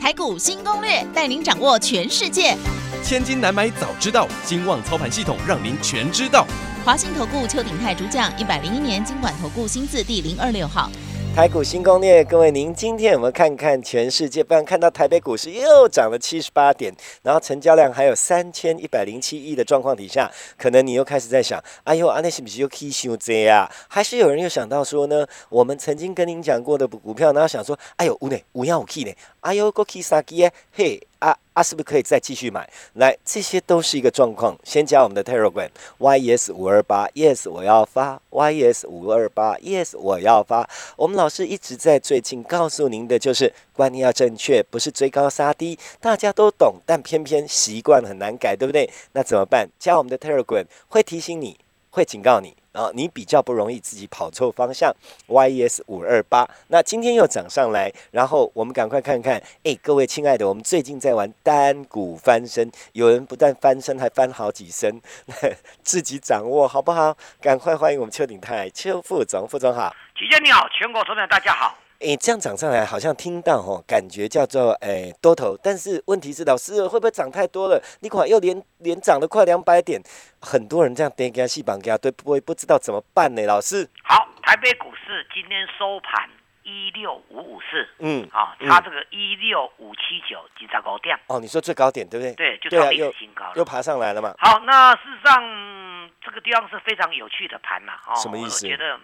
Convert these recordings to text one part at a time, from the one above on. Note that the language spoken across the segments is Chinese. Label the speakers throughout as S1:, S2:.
S1: 台股新攻略，带您掌握全世界。
S2: 千金难买早知道，金旺操盘系统让您全知道。
S1: 华信投顾邱鼎泰主讲，一百零一年经管投顾新字第零二六号。
S3: 台股新攻略，各位，您今天有没有看看全世界？不然看到台北股市又涨了七十八点，然后成交量还有三千一百零七亿的状况底下，可能你又开始在想，哎呦，啊，那是不是又 K 修 Z 啊？还是有人又想到说呢，我们曾经跟您讲过的股票，然后想说，哎呦，五呢，五要五 K 呢，哎呦，个 K 三 K 嘿。啊啊，是不是可以再继续买？来，这些都是一个状况。先加我们的 Telegram yes 五二八 yes 我要发 yes 五二八 yes 我要发。我们老师一直在最近告诉您的就是观念要正确，不是追高杀低，大家都懂，但偏偏习惯很难改，对不对？那怎么办？加我们的 Telegram 会提醒你，会警告你。然后你比较不容易自己跑错方向，YES 五二八，那今天又涨上来，然后我们赶快看看，哎，各位亲爱的，我们最近在玩单股翻身，有人不但翻身，还翻好几身， 自己掌握好不好？赶快欢迎我们邱鼎泰邱副总，副总好。
S4: 齐姐你好，全国投资者大家好。
S3: 哎，这样涨上来好像听到哦，感觉叫做哎多头，但是问题是老师会不会涨太多了？你管又连连涨了快两百点，很多人这样跌给他细板给他，对不会不知道怎么办呢？老师，
S4: 好，台北股市今天收盘一六五五四，
S3: 嗯，
S4: 啊，
S3: 嗯
S4: 它这个一六五七九几十五点，
S3: 哦，你说最高点对不对？
S4: 对，就
S3: 对
S4: 创
S3: 啊，
S4: 历
S3: 又
S4: 史新高
S3: 又
S4: 了。
S3: 爬上来了嘛。
S4: 好，那事实上嗯这个地方是非常有趣的盘呐、哦，
S3: 什么意思
S4: 我觉得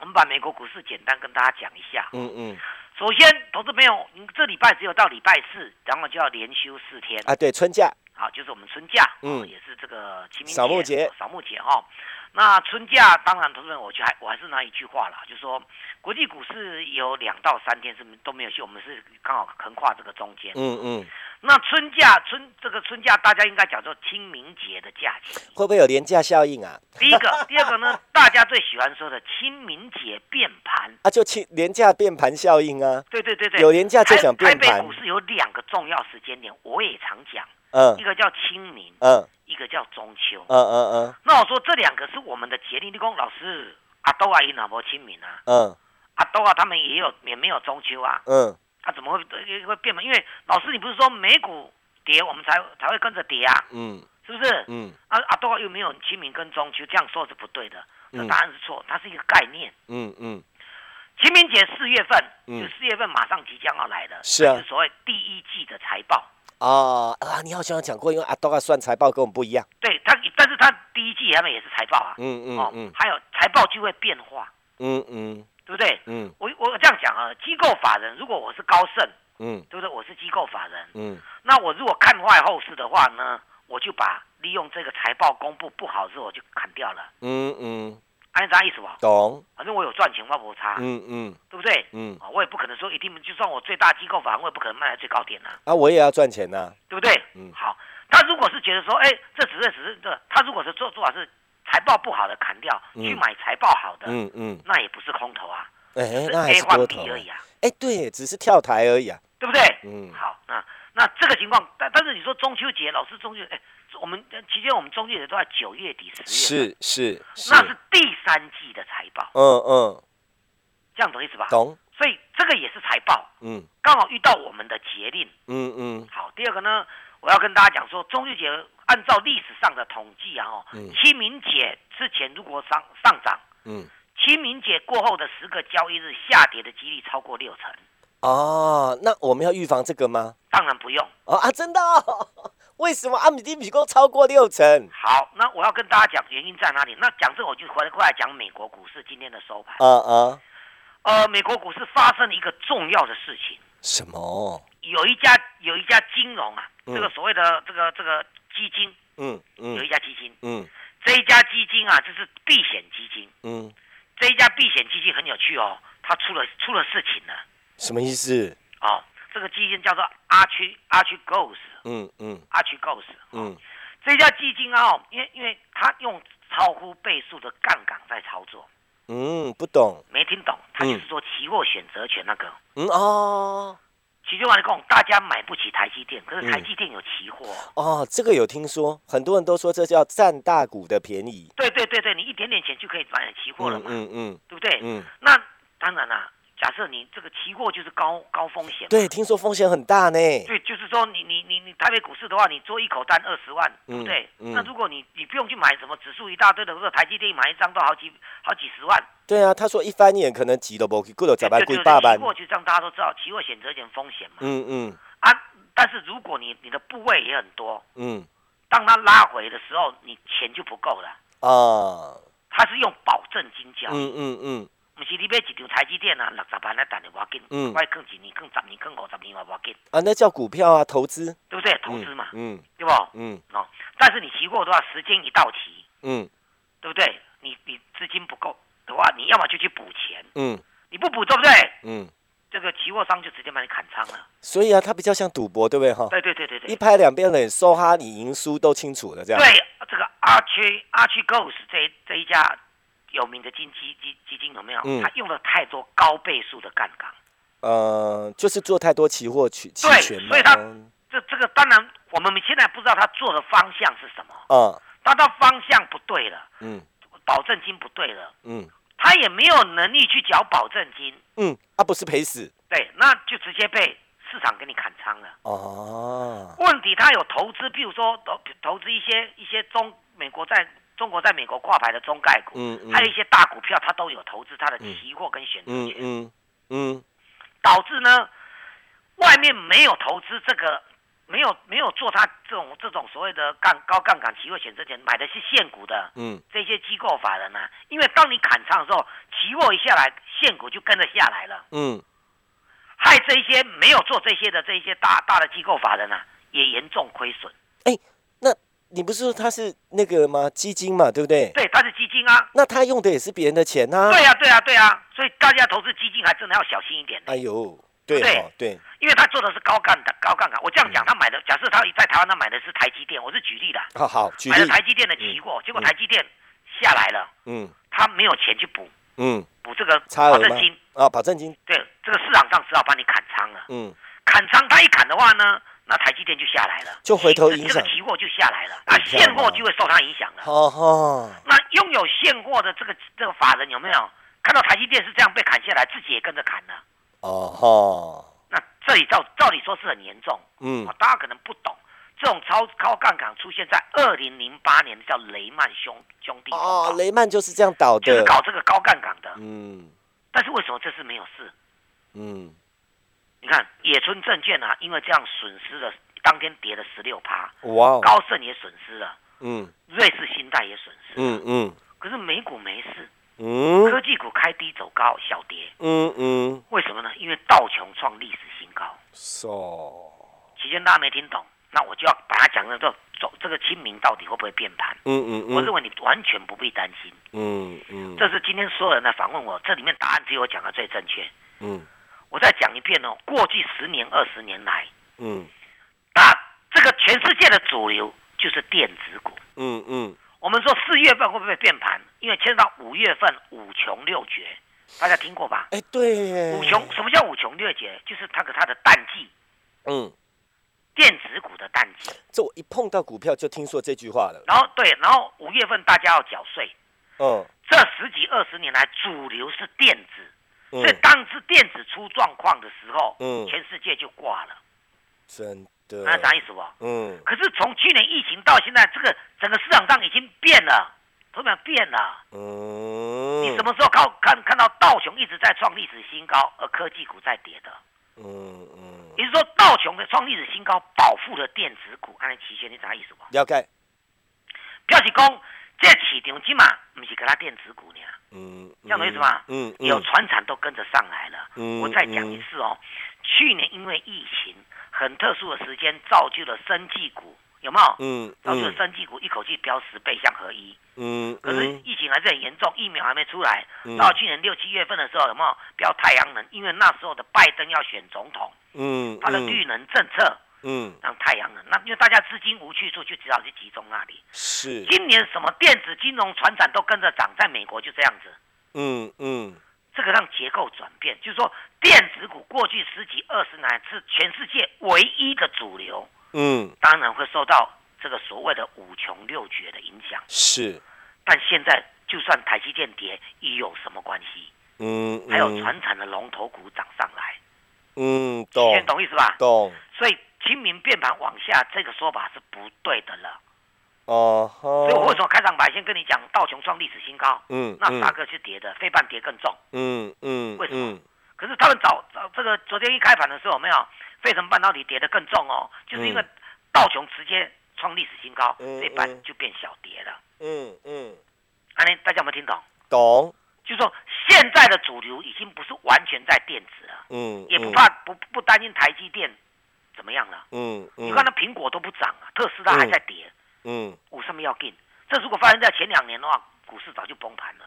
S4: 我们把美国股市简单跟大家讲一下。
S3: 嗯嗯，
S4: 首先，投资朋友，你这礼拜只有到礼拜四，然后就要连休四天，
S3: 啊，对，春假，
S4: 好，就是我们春假，
S3: 嗯
S4: 哦也是这个清明
S3: 扫墓节
S4: 扫墓节哈、哦。那春假当然，投资人我就还我还是那一句话啦，就说国际股市有两到三天是都没有休，我们是刚好横跨这个中间。
S3: 嗯嗯，
S4: 那春假春这个春假，大家应该讲做清明节的假期。
S3: 会不会有廉价效应啊？
S4: 第一个，第二个呢，大家最喜欢说的清明节变盘。
S3: 啊，就去廉价变盘效应啊。
S4: 对对对对，
S3: 有廉价就
S4: 台
S3: 想变
S4: 台
S3: 盘
S4: 北股市有两个重要时间点，我也常讲，
S3: 嗯
S4: 一个叫清明，
S3: 嗯
S4: 一个叫中秋。
S3: 嗯嗯
S4: 那我说这两个是我们的节令，立功老师阿都啊，因哪波清明啊，
S3: 嗯
S4: 阿都啊，他们也有也没有中秋啊，
S3: 嗯
S4: 他、怎么会会变嘛？因为老师你不是说美股跌，我们才才会跟着跌啊，
S3: 嗯
S4: 是不是？
S3: 嗯
S4: 啊阿都啊又没有清明跟中秋，这样说是不对的，这
S3: 嗯
S4: 答案是错，它是一个概念。
S3: 嗯嗯，
S4: 清明节四月份，
S3: 嗯
S4: 就四月份马上即将要来了，
S3: 是啊
S4: 就是所谓第一季的财报。
S3: 哦啊，你好像有讲过，因为阿多啊算财报跟我们不一样。
S4: 对它，但是它第一季他们也是财报啊，
S3: 嗯嗯
S4: 哦，
S3: 嗯
S4: 还有财报就会变化，
S3: 嗯嗯
S4: 对不对？
S3: 嗯
S4: 我我这样讲啊，机构法人如果我是高盛，
S3: 嗯
S4: 对不对？我是机构法人，
S3: 嗯
S4: 那我如果看坏后市的话呢，我就把利用这个财报公布不好之后我就砍掉了，
S3: 嗯嗯，
S4: 按啥意思吧？
S3: 懂。
S4: 反正我有赚钱，我不差，
S3: 嗯嗯
S4: 对不对？
S3: 嗯，
S4: 啊，我也不可能说一定，就算我最大机构法人，我也不可能卖在最高点啊。
S3: 啊，我也要赚钱呐。
S4: 对不对？
S3: 嗯
S4: 好，他如果是觉得说，哎，这只是只是这，他如果是做做法是财报不好的砍掉，
S3: 嗯
S4: 去买财报好的，
S3: 嗯嗯，
S4: 那也不是空头啊，
S3: 哎，
S4: 是
S3: 那还
S4: A
S3: 是
S4: 换
S3: 多头
S4: B 而已
S3: 啊。
S4: 啊，
S3: 哎，对，只是跳台而已啊。
S4: 对不对？
S3: 嗯
S4: 好，那那这个情况，但但是你说中秋节，老师中秋，哎，我们呃期间我们中秋节都在九月底十月份，
S3: 是是是
S4: 那是第三季的财报，
S3: 嗯嗯，
S4: 这样懂意思吧？
S3: 懂。
S4: 所以这个也是财报，
S3: 嗯
S4: 刚好遇到我们的节令。
S3: 嗯嗯
S4: 好，第二个呢，我要跟大家讲说，中秋节按照历史上的统计啊，哦，
S3: 嗯
S4: 清明节之前如果上上涨，
S3: 嗯。
S4: 清明节过后的十个交易日下跌的几率超过六成，
S3: 哦，那我们要预防这个吗？
S4: 当然不用。
S3: 哦啊，真的、哦？ 为什么阿米金比够超过六成？
S4: 好，那我要跟大家讲原因在哪里？那讲这我就回来过来讲美国股市今天的收盘。
S3: 啊啊，
S4: 呃，美国股市发生了一个重要的事情，
S3: 什么？
S4: 有一家有一家金融啊，
S3: 嗯
S4: 这个所谓的这个这个基金，
S3: 嗯
S4: 有
S3: 嗯
S4: 一家基金，
S3: 嗯
S4: 这一家基金啊，这是避险基金。
S3: 嗯，
S4: 这一家避险基金很有趣哦，它出了出了事情了
S3: 什么意思？
S4: 哦。这个基金叫做阿区阿区 g o s
S3: 嗯嗯
S4: 阿区 g o s
S3: 嗯，
S4: 这家基金啊、因为因为它用超乎倍数的杠杆在操作，
S3: 嗯，不懂，
S4: 没听懂，它就是说期货选择权那个。
S3: 嗯哦
S4: 其实我跟你讲，大家买不起台积电，可
S3: 嗯
S4: 是台积电有期货。
S3: 哦，这个有听说，很多人都说这叫占大股的便宜。
S4: 对对对对，你一点点钱就可以买期货了
S3: 嗯
S4: 嘛，
S3: 嗯嗯
S4: 对不对？
S3: 嗯，
S4: 那当然啦、假设你这个期货就是高高风险嘛，
S3: 对，听说风险很大呢。
S4: 对，就是说你你你你台北股市的话，你做一口单二十万，对不对？
S3: 嗯嗯
S4: 那如果你你不用去买什么指数一大堆的，或者台积电买一张都好几好几十万，
S3: 对啊，他说一翻眼可能急都不急，过了咋办？
S4: 对
S3: 贵
S4: 对
S3: 爸
S4: 对，
S3: 爸
S4: 期。货就让大家都知道，期货选择权风险嘛。
S3: 嗯嗯
S4: 啊，但是如果你你的部位也很多，
S3: 嗯
S4: 当它拉回的时候，你钱就不够了。
S3: 啊，
S4: 它是用保证金交，
S3: 嗯嗯嗯
S4: 不是你买一张台积电啊，六十万来等你要紧，
S3: 嗯
S4: 我更一年、更十年、更五十年我要紧，
S3: 啊，那叫股票啊，投资。
S4: 对不对？投资嘛，
S3: 嗯
S4: 对不？
S3: 嗯
S4: 哦，但是你期货的话，时间一到期，
S3: 嗯
S4: 对不对？你你资金不够的话，你要么就去补钱，
S3: 嗯
S4: 你不补对不对？
S3: 嗯，
S4: 这个期货商就直接把你砍仓了。
S3: 所以啊，它比较像赌博，对不对哈？
S4: 对对对对
S3: 一
S4: 对，
S3: 拍两边脸，收哈你赢输都清楚了，这样。
S4: 对这个阿区阿区 Goes 这一这一家有名的金基基基金有没有
S3: 嗯？
S4: 他用了太多高倍数的杠杆，
S3: 呃，就是做太多期货期期
S4: 对
S3: 权嘛
S4: 所以。它
S3: 嗯
S4: 这这个当然我们现在不知道他做的方向是什么，
S3: 啊
S4: 但他方向不对了，
S3: 嗯
S4: 保证金不对了，
S3: 嗯
S4: 他也没有能力去缴保证金，
S3: 嗯，啊，不是赔死
S4: 对，那就直接被市场给你砍仓了。
S3: 哦。
S4: 问题他有投资，譬如说投投资一些一些中美国在中国在美国挂牌的中概股，
S3: 嗯嗯
S4: 还有一些大股票，他都有投资他的期货跟选择
S3: 嗯
S4: 权，
S3: 嗯嗯
S4: 导致呢外面没有投资这个。没有没有做他这种这种所谓的杠高杠杆期货选择权，买的是现股的
S3: 嗯
S4: 这些机构法人啊，因为当你砍仓的时候，期货一下来，现股就跟着下来了，
S3: 嗯
S4: 害这一些没有做这些的这一些大大的机构法人啊，也严重亏损。
S3: 那你不是说他是那个吗？基金嘛，对不对？
S4: 对，它是基金啊，
S3: 那他用的也是别人的钱呐、
S4: 对呀、对呀、啊对呀、所以大家投资基金还真的要小心一点，
S3: 哎呦，对哦，对，
S4: 因为他做的是高杠杆、高杠杆。我这样
S3: 嗯
S4: 讲，他买的，假设他在台湾他买的是台积电，我是举例的，
S3: 好好举
S4: 买了
S3: 例，
S4: 台积电的期货，结果台积电下来了，
S3: 嗯
S4: 他没有钱去补
S3: 嗯，
S4: 补这个
S3: 差
S4: 保
S3: 额
S4: 证
S3: 吗
S4: 金，？
S3: 啊，保证金，
S4: 对，这个市场上只好把你砍仓了。
S3: 嗯
S4: 砍仓他一砍的话呢，那台积电就下来了，
S3: 就回头
S4: 期
S3: 影
S4: 这
S3: 响
S4: 个期货就下来了，那
S3: 影响
S4: 现货
S3: 哦
S4: 就会受它影响了。
S3: 哦吼，
S4: 那拥有现货的这个这个法人有没有看到台积电是这样被砍下来，自己也跟着砍了？
S3: 哦吼，
S4: 那这里照照理说是很严重，
S3: 嗯
S4: 啊，大家可能不懂，这种超高杠杆出现在二零零八年叫雷曼兄兄弟风暴，
S3: 哦，雷哦曼就是这样倒
S4: 就是
S3: 的，
S4: 搞这个高杠杆的。
S3: 嗯
S4: 但是为什么这次没有事？
S3: 嗯，
S4: 你看野村证券啊，因为这样损失了，当天跌了十六趴，
S3: 哇哦，
S4: 高盛也损失了，
S3: 嗯
S4: 瑞士信贷也损失。
S3: 嗯嗯
S4: 可是美股没事，科
S3: 嗯
S4: 技股开低走高，小跌，
S3: 嗯嗯
S4: 为什么呢？因为道琼创历史新高。
S3: ，so，
S4: 期间大家没听懂，那我就要把它讲的这走这个清明到底会不会变盘？
S3: 嗯
S4: 我
S3: 嗯
S4: 认为你完全不必担心，
S3: 嗯嗯
S4: 这是今天所有人来访问我，这里面答案只有我讲的最正确。
S3: 嗯
S4: 我再讲一遍哦，过去十年、二十年来，
S3: 嗯
S4: 啊，这个全世界的主流就是电子股。
S3: 嗯嗯，
S4: 我们说四月份会不会变盘？因为牵扯到五月份五穷六绝，大家听过吧？
S3: 哎对耶，
S4: 五穷，什么叫五穷六绝？就是它和它的淡季，
S3: 嗯，
S4: 电子股的淡季。
S3: 这我一碰到股票就听说这句话了，
S4: 然后对，然后五月份大家要缴税，
S3: 嗯
S4: 这十几二十年来主流是电子，所以
S3: 嗯，
S4: 当是电子出状况的时候，
S3: 嗯
S4: 全世界就挂了，
S3: 真的，
S4: 那啥意思不？
S3: 嗯
S4: 可是从去年疫情到现在，这个整个市场上已经变了，头秒变了。
S3: 嗯，
S4: 你什么时候看看看到道琼一直在创历史新高，而科技股在跌的？
S3: 嗯嗯，
S4: 也就是说，道琼的创历史新高，保护了电子股。按期权，你啥意思不？
S3: 了解，
S4: 表示讲，这市场起码不是给它电子股呢，
S3: 嗯，
S4: 这样懂意思吗
S3: 嗯，嗯
S4: 有船产都跟着上来了。
S3: 嗯
S4: 我再讲一次哦，去年因为疫情很特殊的时间，造就了生技股，有没有？
S3: 嗯
S4: 然后就是
S3: 嗯
S4: 生技股一口气飙十倍，相合一。
S3: 嗯
S4: 可是
S3: 嗯
S4: 疫情还是很严重，疫苗还没出来。
S3: 嗯
S4: 到去年六七月份的时候，有没有标太阳能？因为那时候的拜登要选总统，
S3: 嗯，
S4: 他的
S3: 嗯
S4: 绿能政策
S3: 嗯
S4: 让太阳能，那因为大家资金无去处，就只好去集中那里。
S3: 是
S4: 今年什么电子、金融、船产都跟着涨，在美国就这样子。
S3: 嗯嗯
S4: 这个让结构转变，就是说电子股过去十几二十年来是全世界唯一的主流，
S3: 嗯
S4: 当然会受到这个所谓的五穷六绝的影响。
S3: 是
S4: 但现在就算台积电跌，也有什么关系？
S3: 嗯嗯
S4: 还有船产的龙头股涨上来，
S3: 嗯
S4: 你
S3: 懂
S4: 先懂意思吧？
S3: 懂
S4: 所以清明变盘往下这个说法是不对的了。
S3: 哦
S4: 所以我
S3: 哈
S4: 为什么开场白先跟你讲道琼创历史新高？
S3: 嗯
S4: 那
S3: 嗯
S4: 大哥是跌的，非半跌更重。
S3: 嗯嗯
S4: 为什么
S3: 嗯
S4: 可是他们早早这个昨天一开盘的时候，有没有费城半导体跌得更重哦，就是因为道琼直接创历史新高，
S3: 嗯
S4: 这
S3: 嗯
S4: 盘就变小跌了。
S3: 嗯嗯
S4: 安尼大家有没有听懂？
S3: 懂
S4: 就是说现在的主流已经不是完全在电子了，
S3: 嗯
S4: 也不
S3: 嗯
S4: 怕不不担心台积电怎么样了。
S3: 嗯嗯
S4: 你看那苹果都不涨啊，特斯拉还在跌，
S3: 嗯
S4: 五什么要进？这如果发生在前两年的话，股市早就崩盘了，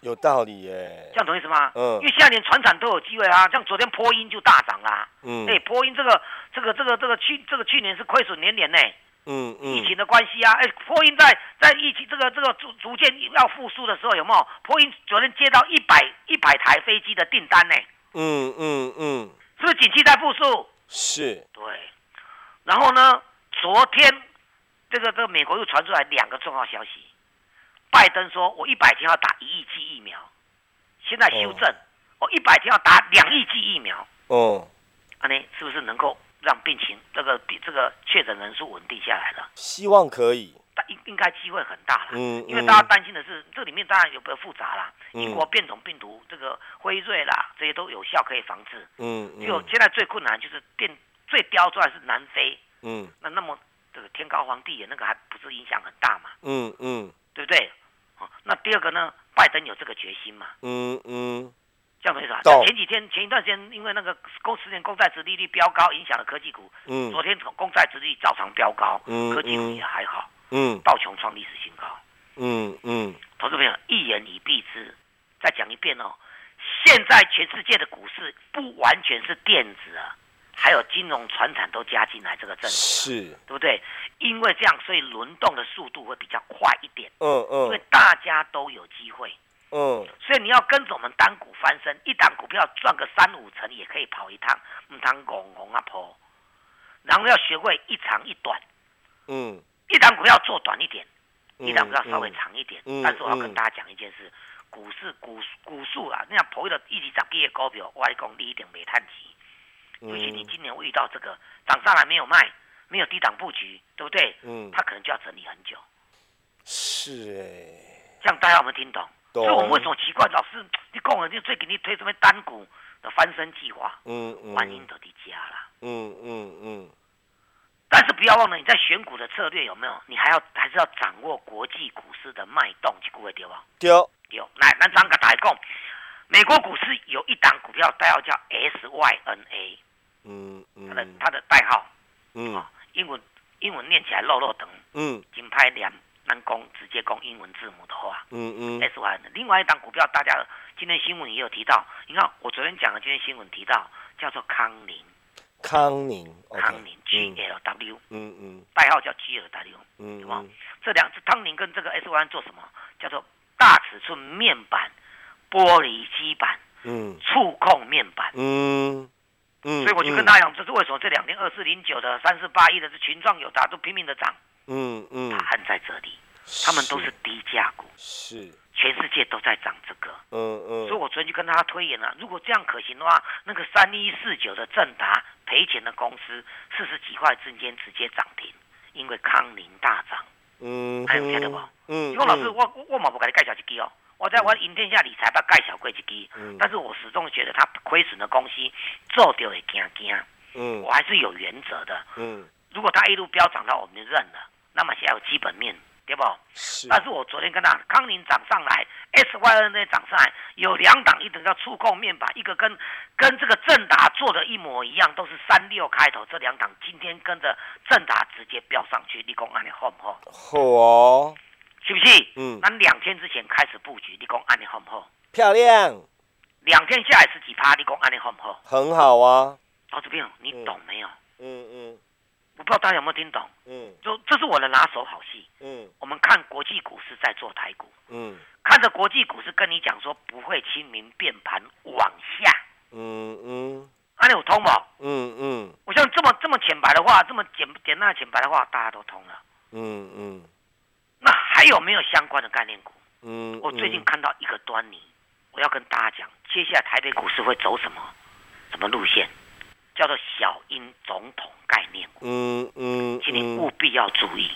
S3: 有道理耶
S4: 这样懂意思吗？
S3: 嗯
S4: 因为下年船产都有机会啊，像昨天波音就大涨啦、
S3: 嗯
S4: 哎、波音这个这个这个这个去这个去年是亏损连连呢、
S3: 嗯
S4: 疫情
S3: 嗯
S4: 的关系啊，哎、波音在在疫情这个这个逐逐渐要复苏的时候，有没有？波音昨天接到一百一百台飞机的订单呢、
S3: 嗯嗯嗯
S4: 是不是景气在复苏？
S3: 是
S4: 对。然后呢，昨天这个这个美国又传出来两个重要消息，拜登说我一百天要打一亿剂疫苗，现在修正，我一百天要打两亿剂疫苗。
S3: 哦
S4: 安尼是不是能够让病情这个比这个确诊人数稳定下来了？
S3: 希望可以
S4: 但应应该机会很大了，
S3: 嗯
S4: 因为
S3: 嗯
S4: 大家担心的是这里面当然有个复杂啦，
S3: 嗯
S4: 英国变种病毒这个辉瑞啦，这些都有效可以防治。
S3: 嗯
S4: 就
S3: 嗯
S4: 现在最困难就是变最刁钻是南非，
S3: 嗯
S4: 那那么这个天高皇帝远那个还不是影响很大嘛，
S3: 嗯嗯
S4: 对不对？哦，那第二个呢，拜登有这个决心嘛？
S3: 嗯嗯
S4: 这样没啥。
S3: 懂
S4: 前几天前一段时间，因为那个公十年公债值利率飙高，影响了科技股，
S3: 嗯
S4: 昨天公债殖率照常飙高，
S3: 嗯
S4: 科技股也还好，
S3: 嗯
S4: 道琼创历史新高。
S3: 嗯嗯
S4: 投资朋友一言以蔽之，再讲一遍哦，现在全世界的股市不完全是电子啊，还有金融、船产都加进来这个阵容，
S3: 是
S4: 对不对？因为这样，所以轮动的速度会比较快一点，
S3: 嗯
S4: 因为
S3: 嗯
S4: 大家都有机会。
S3: 嗯
S4: 所以你要跟着我们单股翻身，一档股票赚个三五成也可以跑一趟，唔通拱拱啊婆。然后要学会一长一短，
S3: 嗯
S4: 一档股票做短一点，
S3: 嗯
S4: 一档股票稍微长一点。
S3: 嗯嗯
S4: 但是我要跟
S3: 嗯
S4: 大家讲一件事，股市股股数啊，你讲朋友一直涨跌的股票，我跟你讲你一定没叹气。
S3: 嗯
S4: 尤其你今年会遇到这个涨上来没有卖，没有低档布局，对不对？
S3: 嗯
S4: 它可能就要整理很久。
S3: 是哎
S4: 这样大家有没有听懂？
S3: 懂
S4: 所以我们为什么奇怪，老师你讲了，你最给你推什么单股的翻身计划，
S3: 嗯嗯
S4: 万因得底加啦。
S3: 嗯嗯嗯
S4: 但是不要忘了，你在选股的策略有没有？你还要还是要掌握国际股市的脉动，去顾会对吧？
S3: 丢
S4: 有，来，咱张个台讲，美国股市有一档股票代号叫 SYNA，
S3: 嗯嗯
S4: 它的它的代号
S3: 嗯
S4: 啊，英文英文念起来肉肉等，
S3: 嗯
S4: 金牌连咱讲直接讲英文字母的话，
S3: 嗯嗯
S4: S Y 的。另外一档股票，大家今天新闻也有提到，你看我昨天讲的，今天新闻提到叫做康宁，
S3: 康宁
S4: 康宁 G
S3: 嗯
S4: L W，
S3: 嗯
S4: 代号叫 G L W。
S3: 嗯
S4: 有没有
S3: 嗯？
S4: 这两只康宁跟这个 S Y 做什么？叫做大尺寸面板、玻璃基板、
S3: 嗯
S4: 触控面板。
S3: 嗯嗯
S4: 所以我就跟大家讲，这是为什么这两天二四零九的、三四八一的、这群创有达都拼命的涨，
S3: 嗯嗯
S4: 答案在这里，他们都是低价股，
S3: 是
S4: 全世界都在涨这个。
S3: 嗯嗯
S4: 所以我昨天就跟大家推演了，如果这样可行的话，那个三一四九的正达赔钱的公司，四十几块之间直接涨停，因为康宁大涨。
S3: 嗯
S4: 你
S3: 嗯
S4: 说老师，我我我嘛不给你介绍一支哦，我在我赢天下理财吧介绍过一支，
S3: 嗯
S4: 但是我始终觉得它亏损的公司做掉会惊惊，
S3: 嗯
S4: 我还是有原则的。
S3: 嗯
S4: 如果它一路飙涨到我们就认了，那么现在有基本面对不？
S3: 是
S4: 但是我昨天跟他康宁涨上来，SYNA 涨上来，有两档一等叫触控面板，一个跟跟这个正达做的一模一样，都是三六开头，这两档今天跟着正达直接飙上去，你讲安尼好不好？
S3: 嚯哦，
S4: 是不是？
S3: 嗯
S4: 咱两天之前开始布局，你讲安尼好不好？
S3: 漂亮，
S4: 两天下来十几趴，你讲安尼好不好？
S3: 很好啊，
S4: 投资朋友，你懂没有？
S3: 嗯嗯
S4: 我不知道大家有没有听懂，
S3: 嗯
S4: 就这是我的拿手好戏。
S3: 嗯
S4: 我们看国际股市在做台股，
S3: 嗯
S4: 看着国际股市跟你讲说不会清明变盘往下，
S3: 嗯嗯
S4: 安啊尼有通不？
S3: 嗯嗯
S4: 我像这么这么浅白的话，这么简简单的浅白的话，大家都通了。
S3: 嗯嗯
S4: 那还有没有相关的概念股？
S3: 嗯，
S4: 我哦最近看到一个端倪，我要跟大家讲，接下来台北股市会走什么什么路线，叫做小英总统概念股，
S3: 嗯嗯
S4: 请你务必要注意，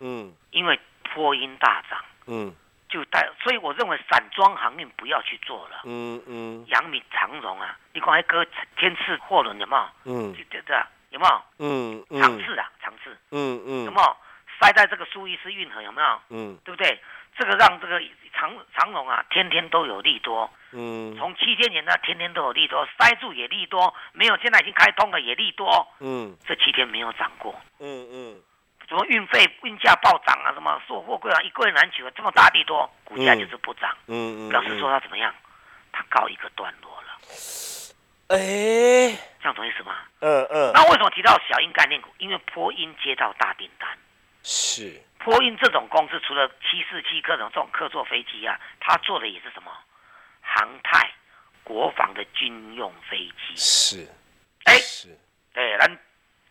S3: 嗯
S4: 因为波音大涨。
S3: 嗯
S4: 就带，所以我认为散装航运不要去做了。
S3: 嗯嗯
S4: 阳明长荣啊，你讲那哥天赐货轮有没有？
S3: 嗯
S4: 就这这有没有？
S3: 嗯嗯
S4: 长治啊，长治
S3: 嗯
S4: 有
S3: 嗯
S4: 没有？塞在这个苏伊士运河有没有？
S3: 嗯
S4: 对不对？这个让这个长长荣啊，天天都有利多，
S3: 嗯
S4: 从七天前到天天都有利多，塞住也利多，没有现在已经开通了也利多，
S3: 嗯
S4: 这七天没有涨过。
S3: 嗯嗯
S4: 什么运费、运价暴涨啊，什么做货柜啊，一柜难求，这么大利多，股价
S3: 嗯
S4: 就是不涨。
S3: 嗯，
S4: 表示说，它怎么样？它告一个段落了，
S3: 哎，
S4: 这样懂意思吗？
S3: 嗯嗯，
S4: 那为什么提到小英概念股？因为波音接到大订单，
S3: 是，
S4: 波音这种公司除了七四七各种这种客座飞机啊，它做的也是什么航太、国防的军用飞机。
S3: 是，
S4: 哎，
S3: 是，
S4: 对，咱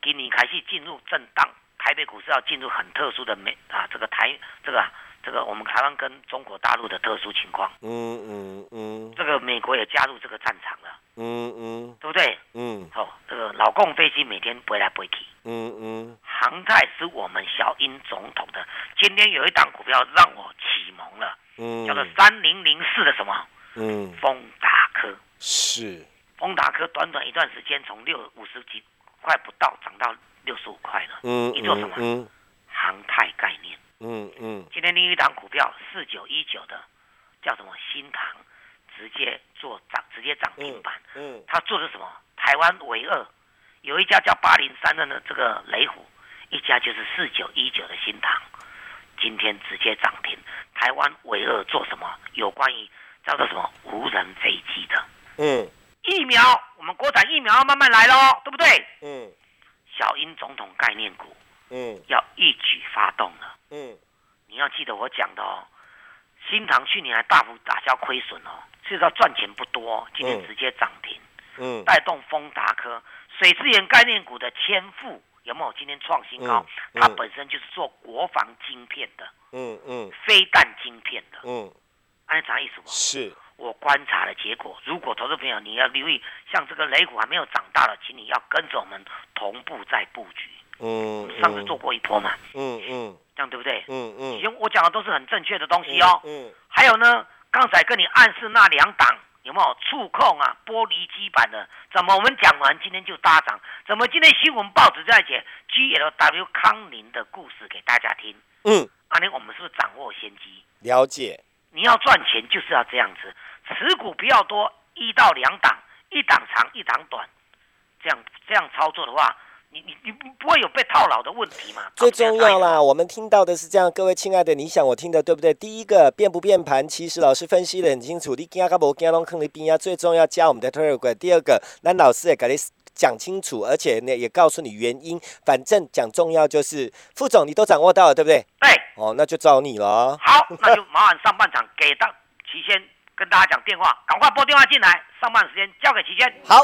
S4: 今年开始进入震荡，台北股市要进入很特殊的美啊，这个台这个这个我们台湾跟中国大陆的特殊情况，
S3: 嗯嗯嗯
S4: 这个美国也加入这个战场了，
S3: 嗯嗯
S4: 对不对？
S3: 嗯
S4: 哦，这个老共飞机每天飞来飞去，
S3: 嗯嗯，
S4: 航太是我们小英总统的。今天有一档股票让我启蒙了，
S3: 嗯
S4: 叫做三零零四的什么
S3: 嗯
S4: 丰达科。
S3: 是，
S4: 丰达科短短一段时间从六五十几块不到涨到六十五块了。
S3: 嗯
S4: 你做什么？
S3: 嗯
S4: 航太概念。
S3: 嗯嗯
S4: 今天另一档股票四九一九的叫什么新唐，直接做涨，直接涨停板。
S3: 嗯
S4: 他做的什么？台湾唯二有一家叫八零三的呢，这个雷虎，一家就是四九一九的新塘，今天直接涨停。台湾唯二做什么？有关于叫做什么无人飞机的
S3: 嗯
S4: 疫苗，我们国产疫苗要慢慢来喽，对不对？
S3: 嗯
S4: 小英总统概念股
S3: 嗯
S4: 要一举发动了，
S3: 嗯
S4: 你要记得我讲的哦。新塘去年还大幅打消亏损哦，至少赚钱不多哦，今天
S3: 嗯
S4: 直接涨停。
S3: 嗯
S4: 带动丰达科水资源概念股的千富有没有今天创新高？
S3: 嗯嗯
S4: 它本身就是做国防晶片的、
S3: 嗯嗯
S4: 飞弹晶片的，
S3: 嗯
S4: 按啥意思不？
S3: 是，
S4: 我观察的结果，如果投资朋友你要留意，像这个雷股还没有长大的，请你要跟着我们同步在布局。我
S3: 嗯
S4: 们上次做过一波嘛，
S3: 嗯嗯
S4: 这样对不对？
S3: 嗯嗯
S4: 因为我讲的都是很正确的东西哦。
S3: 嗯
S4: 还有呢，刚才跟你暗示那两档有没有触控啊？玻璃基板的，怎么我们讲完今天就大涨？怎么今天新闻报纸在写 GLW 康宁的故事给大家听？
S3: 嗯，
S4: 啊，那我们是不是掌握先机？
S3: 了解，
S4: 你要赚钱就是要这样子，持股不要多，一到两档，一档长一档短，这样这样操作的话，你你你不不会有被套牢的问题嘛？
S3: 最重要啦，我们听到的是这样，各位亲爱的，你想我听的对不对？第一个变不变盘，其实老师分析的很清楚，你惊个无惊拢坑你边啊。最重要加我们的 Telegram。第二个，那老师也给你讲清楚，而且呢也告诉你原因。反正讲重要就是，副总你都掌握到了，对不对？
S4: 对。
S3: 哦，那就照你了哦。
S4: 哎好， 那就麻烦上半场给到齐先跟大家讲电话，赶快拨电话进来，上半时间交给齐先。
S3: 好。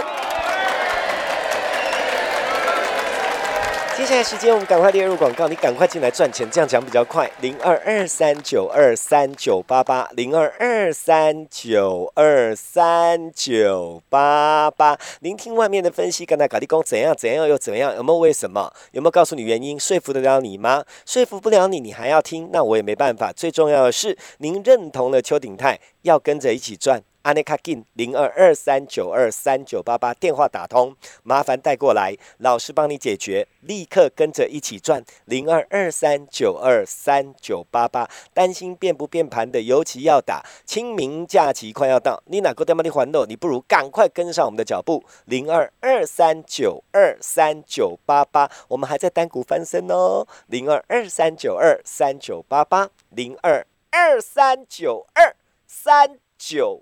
S3: 接下来时间，我们赶快列入广告，你赶快进来赚钱，这样讲比较快。零二二三九二三九八八，零二二三九二三九八八。聆听外面的分析，跟他搞地工怎样怎样又怎样，有没有为什么？有没有告诉你原因？说服得了你吗？说服不了你，你还要听，那我也没办法。最重要的是，您认同了邱鼎泰，要跟着一起赚。阿内卡进零二二三九二三九八八电话打通，麻烦带过来，老师帮你解决，立刻跟着一起赚零二二三九二三九八八。担心变不变盘的，尤其要打清明假期快要到，你哪个他妈的还漏？你不如赶快跟上我们的脚步，零二二三九二三九八八，我们还在单股翻身哦，零二二三九二三九八八零二二三九二三九八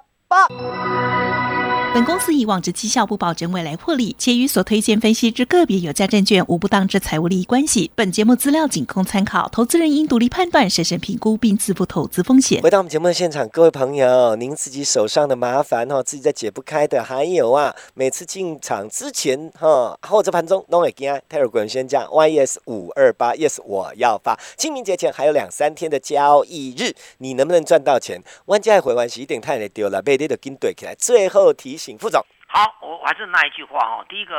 S3: 八。
S5: 本公司以往之绩效不保证未来获利，且与所推荐分析之个别有价证券无不当之财务利益关系。本节目资料仅供参考，投资人应独立判断、审慎评估并自负投资风险。
S3: 回到我们节目的现场，各位朋友，您自己手上的麻烦哈，自己在解不开的，还有啊，每次进场之前哈，或者盘中弄会惊 t e r e g r a 先讲 YES 五二八 YES 我要发，清明节前还有两三天的交易日，你能不能赚到钱？玩家回完是一定太难丢了，被你的跟对起来。最后提醒副总，
S4: 好，我我还是那一句话哦，第一个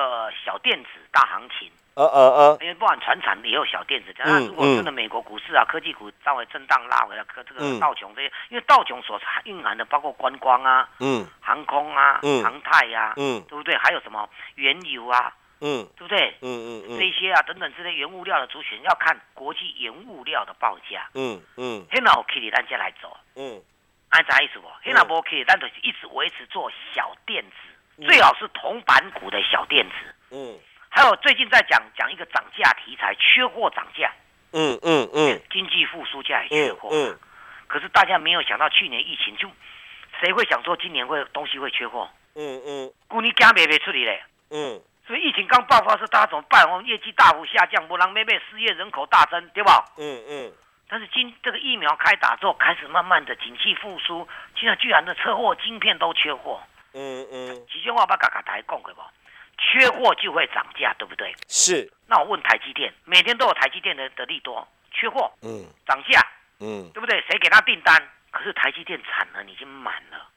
S4: 小电子大行情，
S3: 呃呃呃，
S4: 因为不管船产也有小电子，
S3: 嗯
S4: 但是如果真的美国股市啊、科技股稍微震荡拉回来，可这
S3: 嗯
S4: 个道琼这些，因为道琼所蕴含的包括观光啊、
S3: 嗯
S4: 航空啊、
S3: 嗯
S4: 航太呀、
S3: 嗯
S4: 对不对？还有什么原油啊，
S3: 嗯
S4: 对不对？
S3: 嗯嗯
S4: 这些啊等等之类原物料的族群要看国际原物料的报价，
S3: 嗯嗯
S4: 那有去的咱再来走，
S3: 嗯
S4: 按啥意思不？那不去，咱就是一直维持做小电子，最好是铜板股的小电子。
S3: 嗯
S4: 还有最近在讲讲一个涨价题材，缺货涨价，
S3: 嗯嗯嗯
S4: 经济复苏价也缺
S3: 嗯
S4: 货。
S3: 嗯，
S4: 可是大家没有想到去年疫情就，谁会想说今年会东西会缺货？
S3: 嗯嗯
S4: 估你家没没处理嘞？
S3: 嗯
S4: 所以疫情刚爆发时，大家怎么办？我们业绩大幅下降，不让妹妹失业人口大增，对吧？
S3: 嗯嗯，
S4: 但是今这个疫苗开打之后，开始慢慢的景气复苏，现在居然的车祸晶片都缺货。
S3: 嗯嗯，
S4: 其实我把嘎嘎台讲过不？缺货就会涨价，对不对？
S3: 是，
S4: 那我问台积电，每天都有台积电的的利多，缺货
S3: 嗯
S4: 涨价，
S3: 嗯，
S4: 对不对？谁给他订单？可是台积电产能已经满了，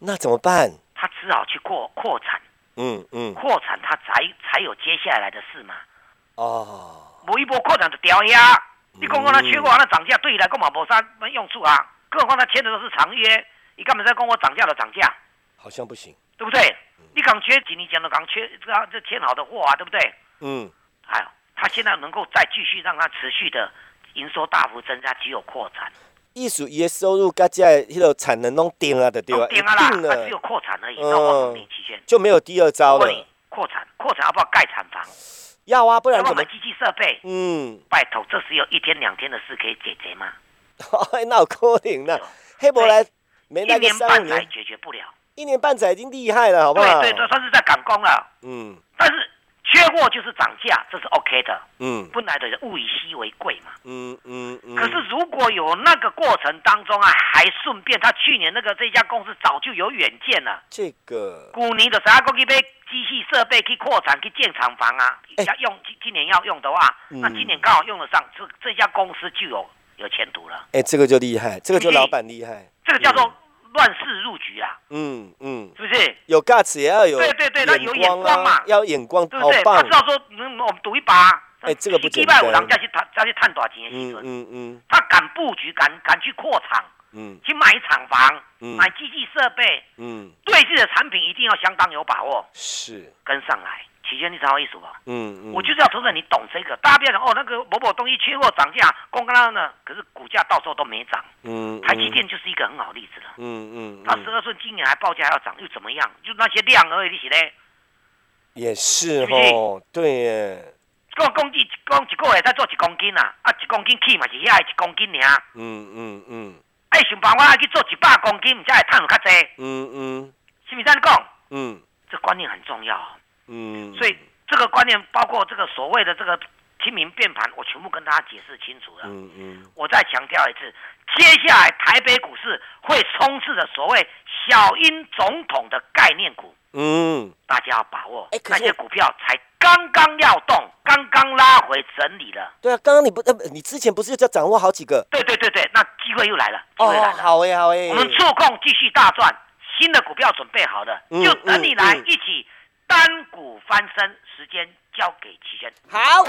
S3: 那怎么办？
S4: 他只好去扩扩产，
S3: 嗯嗯，
S4: 扩产他才才有接下来的事嘛。
S3: 哦。
S4: 无一波扩产就掉呀，
S3: 嗯
S4: 你讲讲他缺货，那涨价对你来讲嘛无啥用处啊。更何况他签的都是长约，你干嘛在跟我涨价的涨价，
S3: 好像不行。
S4: 对不对？
S3: 嗯
S4: 你讲缺几年前都讲缺这这签好的货啊，对不对？
S3: 嗯
S4: 还有，他现在能够再继续让它持续的营收大幅增加，只有扩产，，
S3: 意思伊的收入甲这迄落产能拢定啊，就对啊，
S4: 都定啊啦，
S3: 一定
S4: 它只有
S3: 了，
S4: 扩产而已，
S3: 嗯
S4: 那我你期限。
S3: 就没有第二招
S4: 我问你
S3: 了。
S4: 扩产，扩产要不要盖厂房？
S3: 要啊，不
S4: 要
S3: 然
S4: 不要
S3: 怎
S4: 买
S3: 么？
S4: 机器设备？
S3: 嗯，
S4: 拜托，这只有一天两天的事可以解决吗？
S3: 那有可能
S4: 哎
S3: 啦，黑伯来没
S4: 一
S3: 那个
S4: 年
S3: 三
S4: 半
S3: 五
S4: 载
S3: 年，
S4: 解决不了。
S3: 一年半载已经厉害了，好不
S4: 对
S3: 好？
S4: 对对，算是在赶工了。
S3: 嗯
S4: 但是缺货就是涨价，这是 OK 的，
S3: 嗯
S4: 本来的人物以稀为贵嘛。
S3: 嗯嗯嗯。
S4: 可是如果有那个过程当中啊，还顺便他去年那个这家公司早就有远见了，
S3: 这个，
S4: 古年的啥过去买机器设备去扩展去建厂房啊，
S3: 哎
S4: 要用今今年要用的话，
S3: 嗯
S4: 那今年刚好用得上，这这家公司就有有前途了。
S3: 哎，这个就厉害，这个就老板厉害。
S4: 这个叫做乱世入局啊，
S3: 嗯嗯，
S4: 是不是？
S3: 有 guts 也要有
S4: 对对对那有眼光
S3: 啊
S4: 嘛，
S3: 要眼光，
S4: 对
S3: 好
S4: 不对？他
S3: 棒
S4: 知。道说，嗯，我们赌一把。
S3: 哎这个不简
S4: 击
S3: 单
S4: 败五郎再去探再去探多少钱的时
S3: 嗯
S4: 阵，
S3: 嗯嗯
S4: 他敢布局，敢敢去扩厂，
S3: 嗯
S4: 去买厂房，
S3: 嗯
S4: 买机器设备，
S3: 嗯，
S4: 对自己的产品一定要相当有把握，
S3: 是，
S4: 跟上来。齐轩，你知道我意思不？
S3: 嗯嗯，
S4: 我就是要投资人你懂这个，大家不要讲哦，那个某某东西缺货涨价，光刚刚呢，可是股价到时候都没涨。
S3: 嗯，嗯
S4: 台积，电就是一个很好例子了。
S3: 嗯嗯，
S4: 它十二寸今年还报价还要涨，又怎么样？就那些量而已，你是嘞。
S3: 也是
S4: 是不是
S3: 哦，对耶，
S4: 个公斤，讲一个月才做一公斤啊，啊一公斤起嘛是遐一公斤尔，
S3: 嗯嗯嗯
S4: 爱想办法去做一百公斤，才会赚有较济，
S3: 嗯
S4: 是不是这样讲？
S3: 嗯
S4: 这观念很重要哦，
S3: 嗯嗯，
S4: 所以这个观念包括这个所谓的这个清明变盘，我全部跟大家解释清楚了。
S3: 嗯嗯
S4: 我再强调一次，接下来台北股市会充斥着所谓“小英总统”的概念股，
S3: 嗯，
S4: 大家要把握。
S3: 哎可
S4: 那
S3: 是
S4: 些股票才刚刚要动，刚刚拉回整理了。
S3: 对啊，刚刚你不，呃不你之前不是叫掌握好几个？
S4: 对对对对，那机会又来了，机
S3: 哦
S4: 会来，了。
S3: 好哎好哎，
S4: 啊我们触控继续大赚，新的股票准备好了，
S3: 嗯
S4: 就等你来
S3: 嗯嗯
S4: 一起单股翻身，时间交给齐轩。
S3: 好。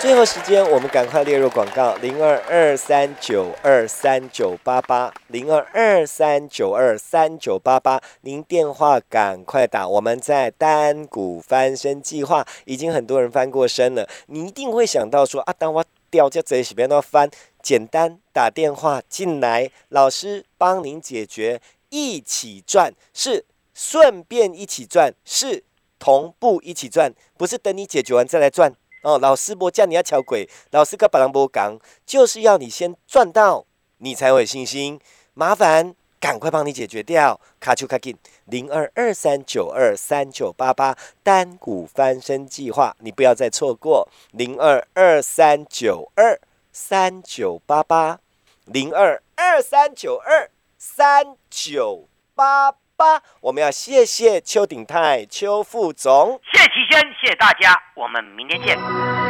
S3: 最后时间，我们赶快列入广告：零二二三九二三九八八，零二二三九二三九八八。您电话赶快打，我们在单股翻身计划已经很多人翻过身了，你一定会想到说啊，当我掉这贼洗边都翻，简单打电话进来，老师帮您解决，一起赚是顺便一起赚是。同步一起赚，不是等你解决完再来赚哦。老师不叫你要巧鬼，老师跟别人不讲，就是要你先赚到，你才会有信心。麻烦赶快帮你解决掉，卡丘卡进零二二三九二三九八八单股翻身计划，你不要再错过零二二三九二三九八八零二二三九二三九八八。我们要谢谢邱鼎泰邱副总。
S4: 谢谢齐先，谢谢大家，我们明天见。